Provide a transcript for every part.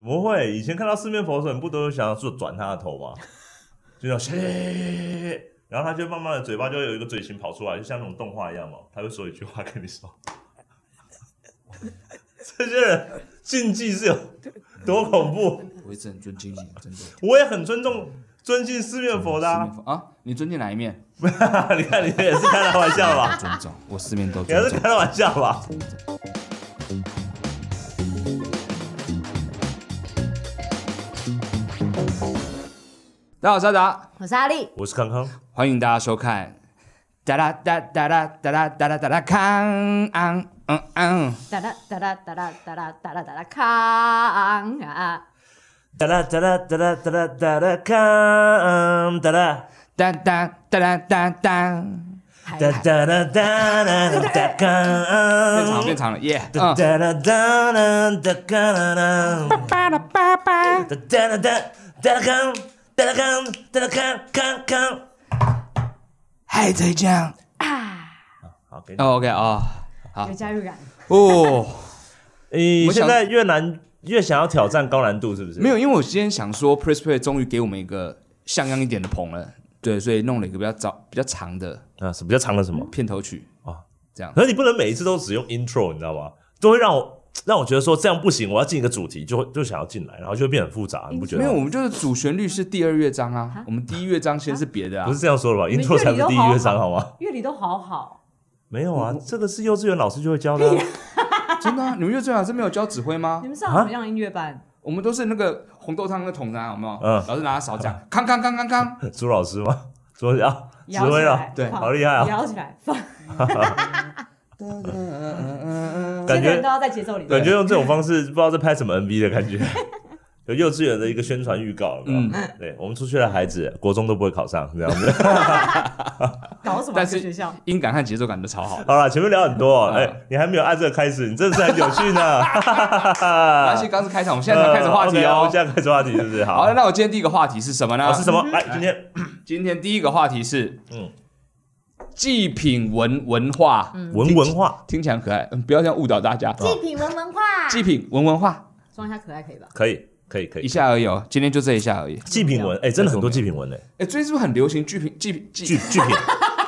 不会，以前看到四面佛的时候，你不都想要说转他的头吗？ 就要切，然后他就慢慢的嘴巴就有一个嘴型跑出来，就像那种动画一样嘛，他会说一句话跟你说。 这些人禁忌是有多恐怖？我一直很尊敬你，真的。我也很尊重、尊敬四面佛的、啊。 四面佛啊，你尊敬哪一面？你看，你也是开他玩笑吧？ 尊重，我四面都你还尊是重开。他玩笑吧？大家好，我是阿达，我是阿丽，我是康康，欢迎大家收看。哒啦哒哒啦哒啦哒啦哒啦康昂嗯嗯，哒啦哒啦哒啦哒啦哒啦哒啦康啊！哒啦哒啦哒啦哒啦哒啦康哒啦哒哒哒啦哒哒，嗨哒哒啦哒啦哒变长了康。变长了耶！哒嗯，哒啦哒啦哒哒啦啦，巴啦巴巴，哒哒啦哒哒啦康，哒啦康，哒啦康康康。嗨再见。好，给你。哦 OK 啊，有加入感，哦，你我想现在越难越想要挑战高难度，是不是？没有，因为我今天想说，Press Play 终于给我们一个像样一点的棚了，对，所以弄了一个比较早、比较长的啊，什么叫长了什么？片头曲啊啊，这样。可是你不能每一次都只用 intro，你知道吗？都会让我让我觉得说这样不行，我要进一个主题，就会就想要进来，然后就会变得很复杂，你不觉没得有，吗？我们就是主旋律是第二乐章啊，我们第一乐章先是别的啊不是，这样说的吧们？intro 才不是第一乐章，好吗？乐理都好好，没有啊，这个是幼稚园老师就会教的啊、真的啊，你们乐队老师没有教指挥吗你？们上什么样的音乐啊班？我们都是那个红豆汤的桶子啊，有没有？嗯老师拿着勺这样，康康康康康，朱老师吗？ 朱啊，指摇起挥来了，，对放好厉害啊摇起来， 放，感现在人觉都要在节奏里面。感觉用这种方式，不知道在拍什么 MV 的感觉。 有幼稚园的一个宣传预告，嗯嗯，对我们出去的孩子，国中都不会考上，这样子。 搞什么？但这是学校音感和节奏感都超 好。好了，前面聊很多，哎、嗯你还没有按这个开始，你真的是很有趣呢。 而且刚是开场，我们现在才开始话题呃，OK，我哦们。现在开始话题是不是？好嗯好了，，那我今天第一个话题是什么呢老？师什么？来，今天今天第一个话题是，嗯嗯，祭品文文化，文文化听起来很可爱，嗯，不要这样误导大家。嗯哦祭品文文化，祭品文文化，装一下可爱可以吧？可以，可以，可一以。下而已哦，今天就这一下而已。祭品文，哎，真的很多祭品文呢。哎，最近是不是很流行剧评剧剧剧剧品，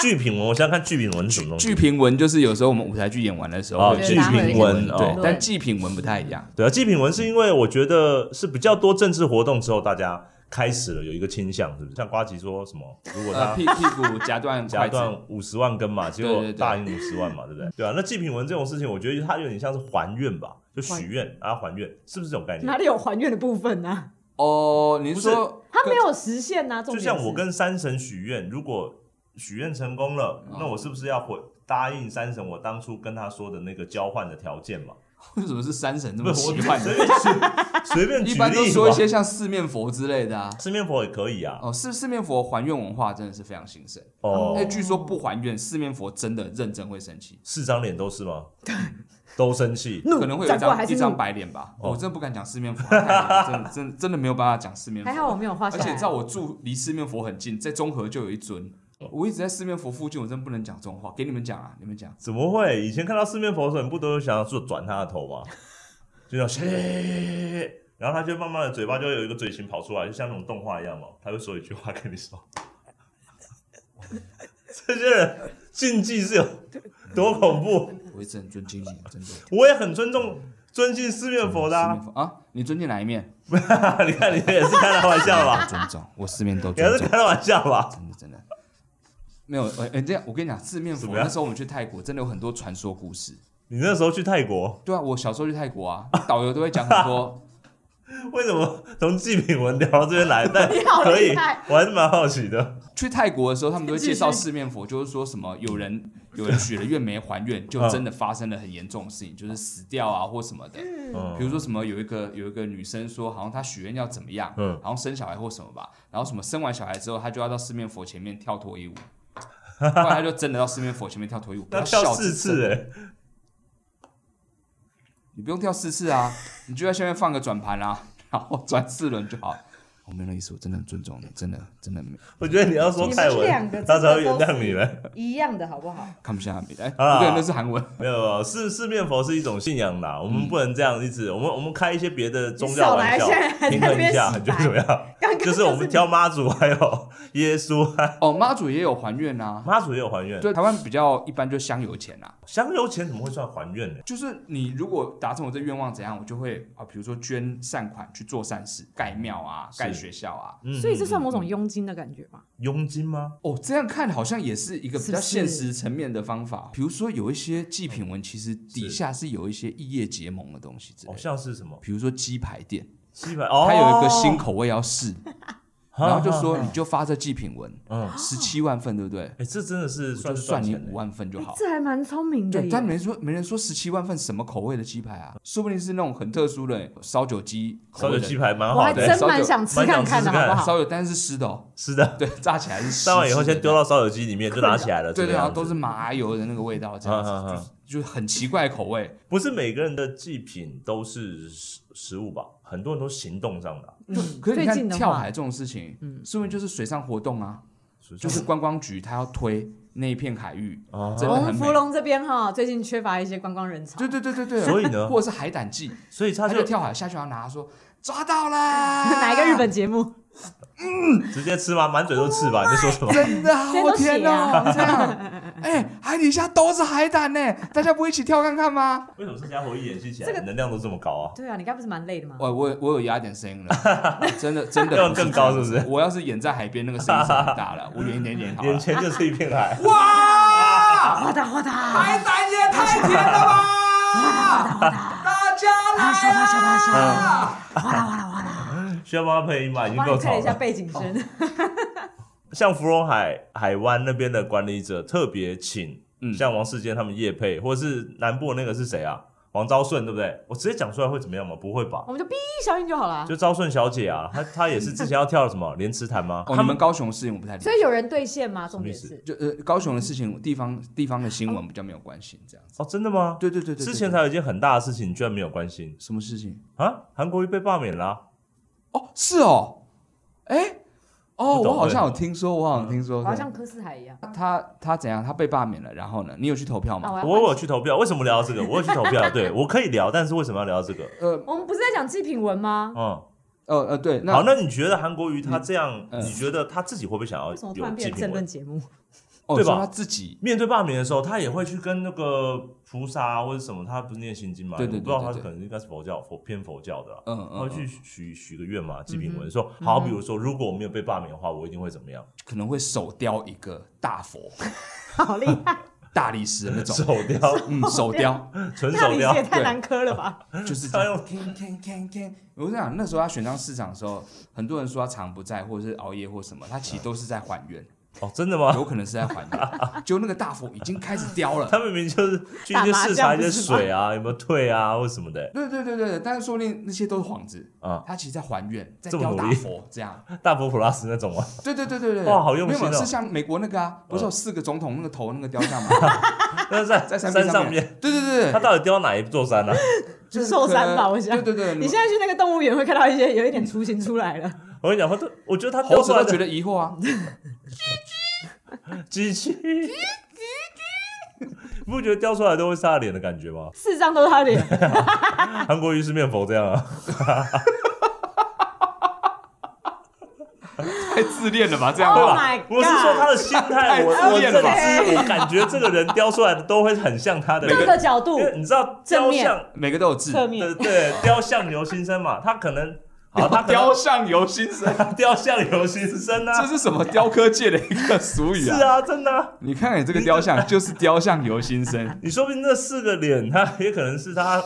剧品文，我想想看剧品文是什么东西剧。评文就是有时候我们舞台剧演完的时候哦会就去，是剧拿回评文去哦对，但祭品文不太一样。对啊，祭品文是因为我觉得是比较多政治活动之后，大家开始了有一个倾向，是不是？像瓜吉说什么，如果呃，他屁屁股夹断夹筷子，断五十万根嘛，结对果对对大赢五十万嘛，对不对？对啊，那祭品文这种事情，我觉得它有点像是还愿吧，就许愿啊，还愿是不是这种概念？哪里有还愿的部分呢？哦，您说它没有实现呐，重就点像是我跟山神许愿，如果许愿成功了，哦那我是不是要回答应山神我当初跟他说的那个交换的条件嘛？为什么是山神这不么是，我奇随怪便？随随便举 一例嘛般都说一些像四面佛之类的啊。四面佛也可以啊。哦，四四面佛还愿文化真的是非常兴盛。哦哎，，据说不还愿，四面佛真的认真会生气，四张脸都是吗？都生气。怒可能会有一嗯转过来还张是一怒张白脸吧。哦我真的不敢讲四面佛，太难了真的真的真的没有办法讲四面佛。还好我没有画啊下而来。且你知道我住离四面佛很近，在中和就有一尊。哦我一直在四面佛附近，我真的不能讲这种话，给你们讲啊，你们讲。怎么会？以前看到四面佛的时候，你不都想要说转他的头吗？就要切，然后他就慢慢的嘴巴就有一个嘴型跑出来，就像那种动画一样嘛，他会说一句话跟你说。 这些人禁忌是有多恐怖？我一直很尊敬你，啊真的。我也很尊重、尊敬四面佛的、四啊面。佛啊，你尊敬哪一面？ 你看，你也是开他玩笑 吧？尊重，我四面都你还尊是重开，他玩笑吧？真的真的。没有，呃，呃这样我跟你讲，四面怎佛么样那时候我们去泰国，真的有很多传说故事。你那时候去泰国，对啊，我小时候去泰国啊，导游都会讲很 多。为什么从祭品文聊到这边 来？但你好可以厉害，我还是蛮好奇的。去泰国的时候，他们都会介绍继续四面佛，就是说什么有人有人许了愿没还愿，嗯就真的发生了很严重的事情，就是死掉啊或什么的。嗯比如说什么有一个有一个女生说，好像她许愿要怎么样，嗯然后生小孩或什么吧，然后什么生完小孩之后，她就要到四面佛前面跳脱衣舞，后来她就真的到四面佛前面 跳脱衣舞，不那要跳笑四自己次哎、你不用跳四次啊，你就在下面放个转盘啊，然后转四轮就好。我没有那意思，我真的很尊重你，真的真的没 我觉得你要说泰你们两个文，真的他才会原谅你嘞。一样的好不好？看不下去。哎，啊对，那是韩文。没有没有，四四面佛是一种信仰啦，我们不能这样一直，我们我们开一些别的宗教玩笑你少来现在，还在平那衡边一下，洗你白觉得怎么样？刚 刚就是我们挑妈祖还有耶稣啊，哦，妈祖也有还愿啊。妈祖也有还愿，对，台湾比较一般就香油钱啊，香油钱怎么会算还愿呢？就是你如果达成我这愿望怎样，我就会啊，比如说捐善款去做善事，盖庙啊，是盖学校啊。嗯所以这嗯算某种嗯佣金的感觉吗？佣金吗？哦，这样看好像也是一个比是较不现是实层面的方法。比如说有一些祭品文，其实底是下是有一些异业结盟的东西之类好的。像是什么比如说鸡排店，七百哦，它有一个新，口味要试，哈然后就说哈你就发这祭品文，嗯，十七万份，对不对？哎，这真的是我就算是赚算你钱五的。万份就哎好。这还蛮聪明的对，耶。但没说没人说十七万份什么口味的鸡排啊，说不定是那种很特殊的烧酒鸡口烧味酒的鸡排蛮我好还的，真蛮想吃看看的，蛮想吃吃看 好不好？烧酒，但是是湿的哦，是 的， 对，炸起来是湿。烧完以后先丢，到烧酒鸡里面就拿起来了， 这对对，个然后样子都是麻油的那个味道，这样嗯嗯嗯子就是就是很奇怪的口味。不是每个人的祭品都是食食物吧？很多人都行动上的啊、嗯可是你最近看的跳话海，这种事情，嗯说明就是水上活动啊，所以就是观光局它要推那一片海域，啊，真的我很们美芙蓉这边哈，最近缺乏一些观光人潮对。对对对对，所以呢 或者是海胆季，所以他他就就跳海下去，然后拿说抓到啦，哪一个日本节目？直接吃吗？满嘴都吃吧？你在说什么？真的真好的甜血哦啊！这样，哎、海底下都是海胆呢，大家不一起跳看看吗？为什么这家伙一演戏起这来个能量都这么高 啊？对啊，你刚不是蛮累的吗？我我我有压点声 音了，真的真的要不是更高这样是不是子我要是演在海边，那个声音是很大了，我远一点点好眼了。前就是一片海，哇，哗哒哗哒，海胆也太甜了 吧！大家哦啪沙啪沙啪沙，啊！哗啦哗啦哗啦。 需要帮他配音吗？已经我帮够你吵配了一下了。背景声，像芙蓉海海湾那边的管理者特别请，嗯像王世坚他们叶配，或者是南部那个是谁啊？王昭顺对不对？我直接讲出来会怎么样吗？不会吧？我们就哔消音就好了。就昭顺小姐啊，她她也是之前要跳什么莲池潭吗？ 哦，你们高雄事情我不太理所解，以有人兑现吗？重点什么是就呃高雄的事情，地方地方的新哦闻比较没有关心，这样子。哦，真的吗？对对对对，对之前才有一件很大的事情，你居然没有关心什么事情？啊！韩国瑜被罢免啦、啊哦，是哦，哎，哦，不懂我好像有听说，我好像有听说，嗯我要对像柯四海一样。他他怎样？他被罢免了，然后呢？你有去投票啊，吗？我要我换我有去投票，为什么聊到这个？我有去投 票，对我可以聊，但是为什么要聊到这 个？呃我们不是在讲祭品文吗？嗯，呃呃，对，那好，那你觉得韩国瑜他这样，嗯你觉得他自己会不会想要为什么突然有变祭品成政论文？节目？哦，对吧说他自己面对罢免的时候，他也会去跟那个菩萨或者什么，他不是念心经嘛？对对对我不知道他对对可能应该是佛教佛偏佛教的啦，啊嗯他会嗯去嗯，许许个愿嘛，祭品文嗯哼说好，比如说如果我没有被罢免的话，我一定会怎么样？可能会手雕一个大佛， 好厉害！大力士的那种，手雕，嗯，手雕 纯那手你雕也，太难磕了吧？就是这他样。用铿铿铿铿我跟你讲，那时候他选上市长的时候，很多人说他常不在，或者是熬夜或什么，他其实都是在还愿，哦，真的吗？有可能是在还愿。就那个大佛已经开始雕了， 他明明就是去一打些麻视察将一些不是吗水啊，有没有退啊，或什么的对对对对，对但是说不定那些都是幌子，啊，他其实在还愿，在这么雕努大力佛这样。大佛普拉斯那种 吗？对对对对对，哇好用没有心哦是像美国那个啊，不是有四个总统那个头那个雕像吗？那在在山山上上面，对对对他对，到底雕哪一座山呢？啊就是寿山吧可能我想对对对，你现在去那个动物园会看到一些有一点雏形出来了，我跟你讲，他都我觉得他雕猴子出来都觉的得疑惑啊，机器，你不觉得雕出来都会是他的脸的感觉吗？四张都是他脸，韩国瑜是面佛这样啊？太自恋了吧？这样 Oh 对吧，吧 my？god 我是说他的心态，太我自我恋认了吧知，我感觉这个人雕出来的都会很像他的各脸，个角度因、为你知道正雕面像每个都有痣，侧呃对面，对雕像由心生嘛，他可能好，他可能雕像由心生，雕像由心生啊这，是什么雕刻界的一个俗语是啊？啊，真的啊、你看看你这个雕像，就是雕像由心生，你说不定那四个脸，他也可能是他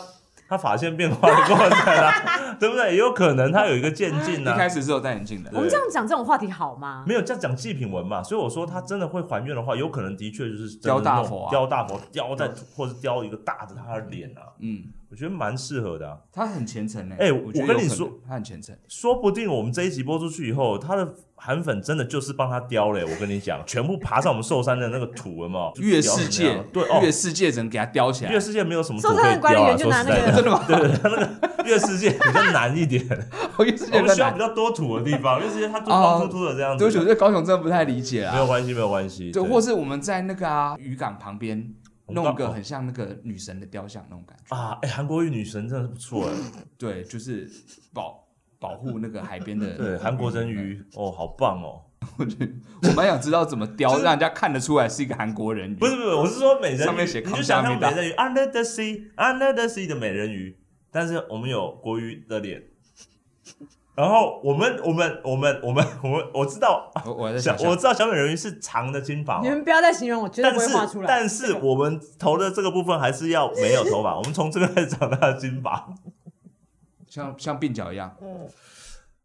他发线变化的过程啊， 对不对？也有可能他有一个渐进一啊开。始是有戴眼镜的对我。们这样讲这种话题好吗？没有这样讲祭品文嘛，所以我说他真的会还愿的话，有可能的确就是真的雕大那种佛啊雕大佛雕在或者雕一个大的他的脸啊，嗯，我觉得蛮适合的啊、他很虔诚哎、哎我觉得我跟有你可能说，他很虔诚。说不定我们这一集播出去以后，他的韩粉真的就是帮他雕嘞，我跟你讲，全部爬上我们寿山的那个土了嘛，月世界，对哦，月世界只能给他雕起来月。世界没有什么土寿可山以的管理雕啊，员就说拿实那在的，个 真的 吗？对对对，那个月世界比较难一 点，哦我一直我觉们得需要比难。哦较多土的地方，因为这些它都光秃秃的这样子对的，不起，我对高雄真的不太理解没啊。有关系，没有关系。对，或是我们在那个啊渔港旁边我们弄一个到很像那个女神的雕像那种感觉，啊，哎，韩国瑜女神真的是不错哎，对，就是保保护那个海边的。对，韩国人，鱼哦，好棒哦。我蛮想知道怎么雕，就是让人家看得出来是一个韩国人鱼。不是不是，我是说美人鱼，嗯上面写你就想象 Kamsahamnida 美人鱼 under the sea under the sea 的美人鱼，但是我们有国语的脸。然后我们我们我们我们我们我知道我，啊我还在小想象，我知道小美人鱼是长的金发哦、你们不要再形容，我绝对但不会是画出来。但是我们头的这个部分还是要没有头发，我们从这边开始长大的金发。像像鬓角一样，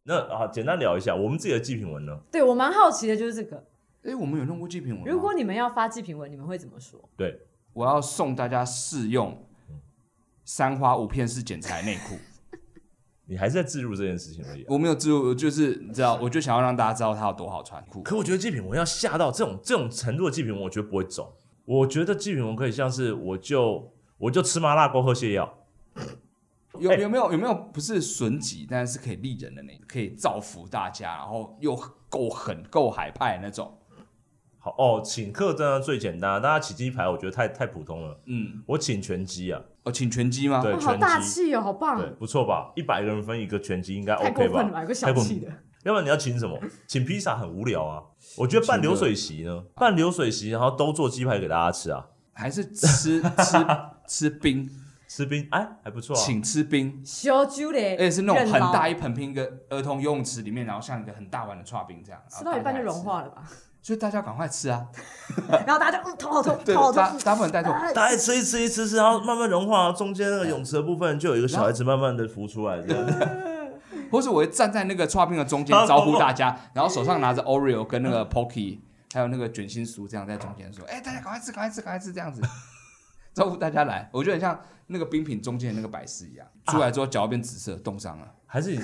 那啊，简单聊一下我们自己的祭品文呢？对我蛮好奇的就是这个，哎，我们有弄过祭品文吗？如果你们要发祭品文，你们会怎么说？对，我要送大家试用三花五片式剪裁内裤， 你还是在置入这件事情而已啊、我没有自入，就是你知道，我就想要让大家知道它有多好穿裤。可我觉得祭品文要下到这种这种程度的祭品文，我觉得不会中。我觉得祭品文可以像是我就我就吃麻辣锅喝泻药，有哎有没有有没有不是损己，但是可以利人的那，可以造福大家，然后又够狠够海派的那种。好哦，请客真的最简单，大家起鸡排我觉得太太普通了。嗯，我请全鸡啊，哦，请拳击吗？对哇，好拳大击，气哦，好棒对，！不错吧？一百个人分一个全鸡应该太过 OK 分了吧？吧，有个小气的。要不然你要请什么？请披萨很无聊啊。我觉得办流水席呢，办流水席，然后都做鸡排给大家吃啊，还是吃 吃吃冰，吃冰哎还不错啊。请吃冰，小酒嘞，而且哎是那种任很劳大一盆冰，一个儿童游泳池里面，然后像一个很大碗的刨冰这样，吃到一半就融了，化了 吧？所以大家赶快吃 啊！然后大家就嗯，头好 痛，对，头好大痛。哎大家不能带头，大家吃一吃一吃吃，然后慢慢融化，中间那个泳池的部分就有一个小孩子慢慢的浮出来，这样 或是我会站在那个刨冰的中间招呼大家，然后手上拿着 Oreo 跟那个 Pocky，还有那个卷心酥，这样在中间 说：“哎、大家赶快吃，赶快吃，赶快吃！”这样子 招呼大家来，我觉得很像那个冰品中间的那个百事一样，出来之后脚变紫色，冻伤了。还是你你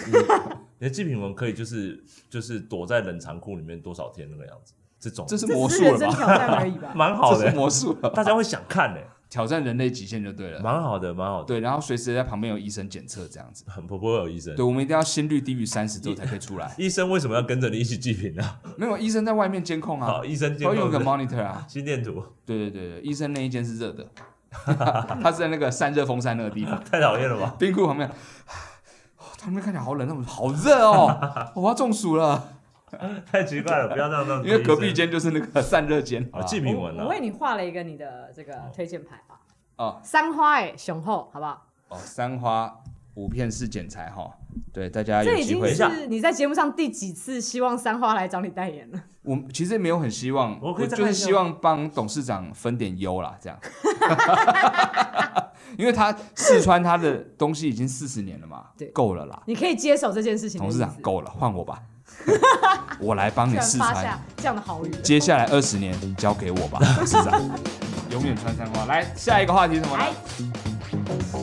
你的祭品文可以就是就是躲在冷藏库里面多少天那个样子，这种这是这魔只术是人了生吧？挑战而 已吧。蛮好 这的是，魔术了，大家会想看的，挑战人类极限就对了。蛮好的，蛮好的。对，然后随时在旁边有医生检测这样子。很婆婆有医生对，，我们一定要心率低于三十之后才可以出来。 医生为什么要跟着你一起祭品 呢？没有医生在外面监控啊好，，医生监会用控个的 monitor 啊。心电图， 对对对对，医生那一间是热的，他是在那个散热风扇那个地方，太讨厌了吧？ 冰库旁边。哦他们看起来好冷，那我好 热哦，我要中暑了。太奇怪了，不要这样弄。因为隔壁间就是那个散热间啊，祭品文我啊我，为你画了一个你的这个推荐牌啊，哦三花哎，雄厚，好不好？哦，三花五片式剪裁哈，对大家有这已机经会。等一是你在节目上第几次希望三花来找你代言了？我其实也没有很希望，我我可以再就看是一下希望帮董事长分点忧啦，这样。 因为他试穿他的东西已经四十年了嘛 对，够了啦，你可以接手这件事情的董意思。事长够了，换我 吧，我来帮居你然试发穿下。这样的好语。接下来二十年 哎交给我吧，董事长。永远穿三花。来，下一个话题是什么呢来？